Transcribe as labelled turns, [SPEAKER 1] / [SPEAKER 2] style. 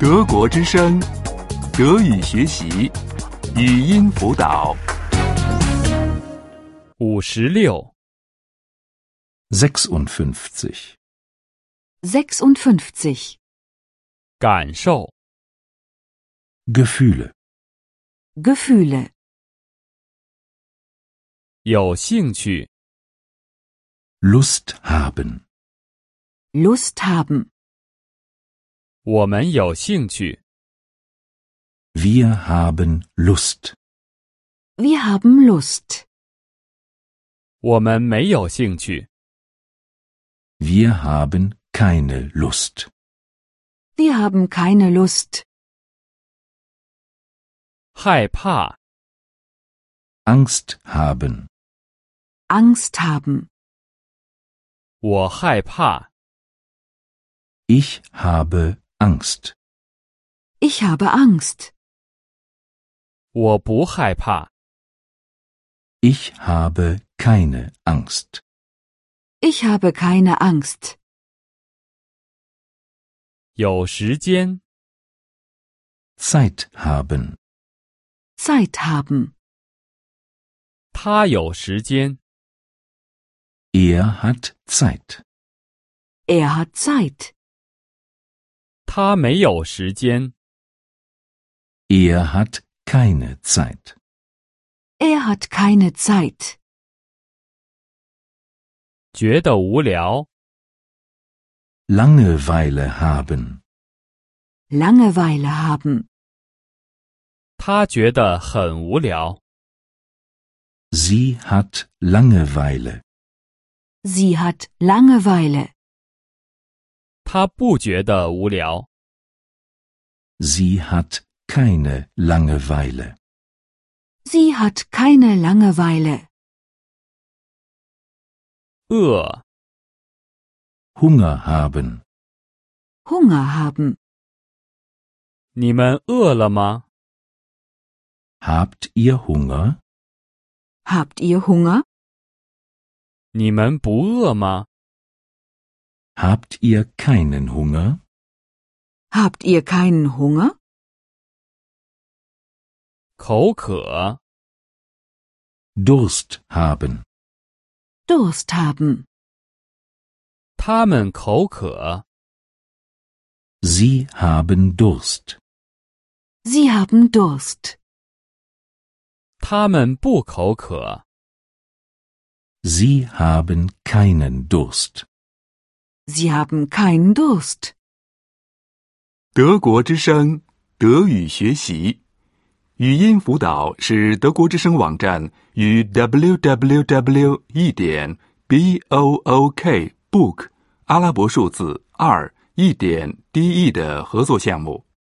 [SPEAKER 1] 德国之声，德语学习，语音辅导。
[SPEAKER 2] 五十六，
[SPEAKER 3] 56.
[SPEAKER 4] 56.
[SPEAKER 2] 感受。
[SPEAKER 3] Gefühle.
[SPEAKER 4] Gefühle.
[SPEAKER 2] 有兴趣，
[SPEAKER 3] Lust haben.
[SPEAKER 4] Lust haben.
[SPEAKER 2] 我们有兴趣。
[SPEAKER 3] Wir haben Lust.
[SPEAKER 4] Wir haben Lust.
[SPEAKER 2] 我们没有兴趣。
[SPEAKER 3] Wir haben keine Lust.
[SPEAKER 4] Wir haben keine Lust.
[SPEAKER 2] 害怕，
[SPEAKER 3] Angst haben.
[SPEAKER 4] Angst haben.
[SPEAKER 2] 我害怕。
[SPEAKER 3] Ich habe Angst.
[SPEAKER 4] Ich habe Angst.
[SPEAKER 2] 我不害怕。
[SPEAKER 3] Ich habe keine Angst.
[SPEAKER 4] Ich habe keine Angst.
[SPEAKER 2] 有时间，
[SPEAKER 3] Zeit haben.
[SPEAKER 4] Zeit haben.
[SPEAKER 2] 他有时间。
[SPEAKER 3] Er hat Zeit.
[SPEAKER 4] Er hat Zeit.
[SPEAKER 2] 他没有时间。
[SPEAKER 3] Er hat keine Zeit.
[SPEAKER 4] Er hat keine Zeit.
[SPEAKER 2] 觉得无聊，
[SPEAKER 3] Langeweile haben.
[SPEAKER 4] Langeweile haben.
[SPEAKER 2] 他觉得很无聊。
[SPEAKER 3] Sie hat Langeweile.
[SPEAKER 4] Sie hat Langeweile.
[SPEAKER 2] 他不觉得无聊。
[SPEAKER 3] Sie hat keine Langeweile.
[SPEAKER 4] Sie hat keine Langeweile.
[SPEAKER 2] 饿，
[SPEAKER 3] Hunger haben.
[SPEAKER 4] Hunger haben.
[SPEAKER 2] 你们饿了吗？
[SPEAKER 3] Habt ihr Hunger?
[SPEAKER 4] Habt ihr Hunger?
[SPEAKER 2] 你们不饿吗？
[SPEAKER 3] Habt ihr keinen Hunger?
[SPEAKER 4] Habt ihr keinen Hunger?
[SPEAKER 2] 口渴，
[SPEAKER 3] Durst haben.
[SPEAKER 4] Durst haben.
[SPEAKER 2] 他们口渴。
[SPEAKER 3] Sie haben Durst.
[SPEAKER 4] Sie haben Durst.
[SPEAKER 2] 他们不口渴。
[SPEAKER 3] Sie haben keinen Durst.
[SPEAKER 4] Sie haben keinen Durst.
[SPEAKER 1] 德国之声，德语学习，语音辅导是德国之声网站与 www. 一点 b o o k book 阿拉伯数字二一点 d e 的合作项目。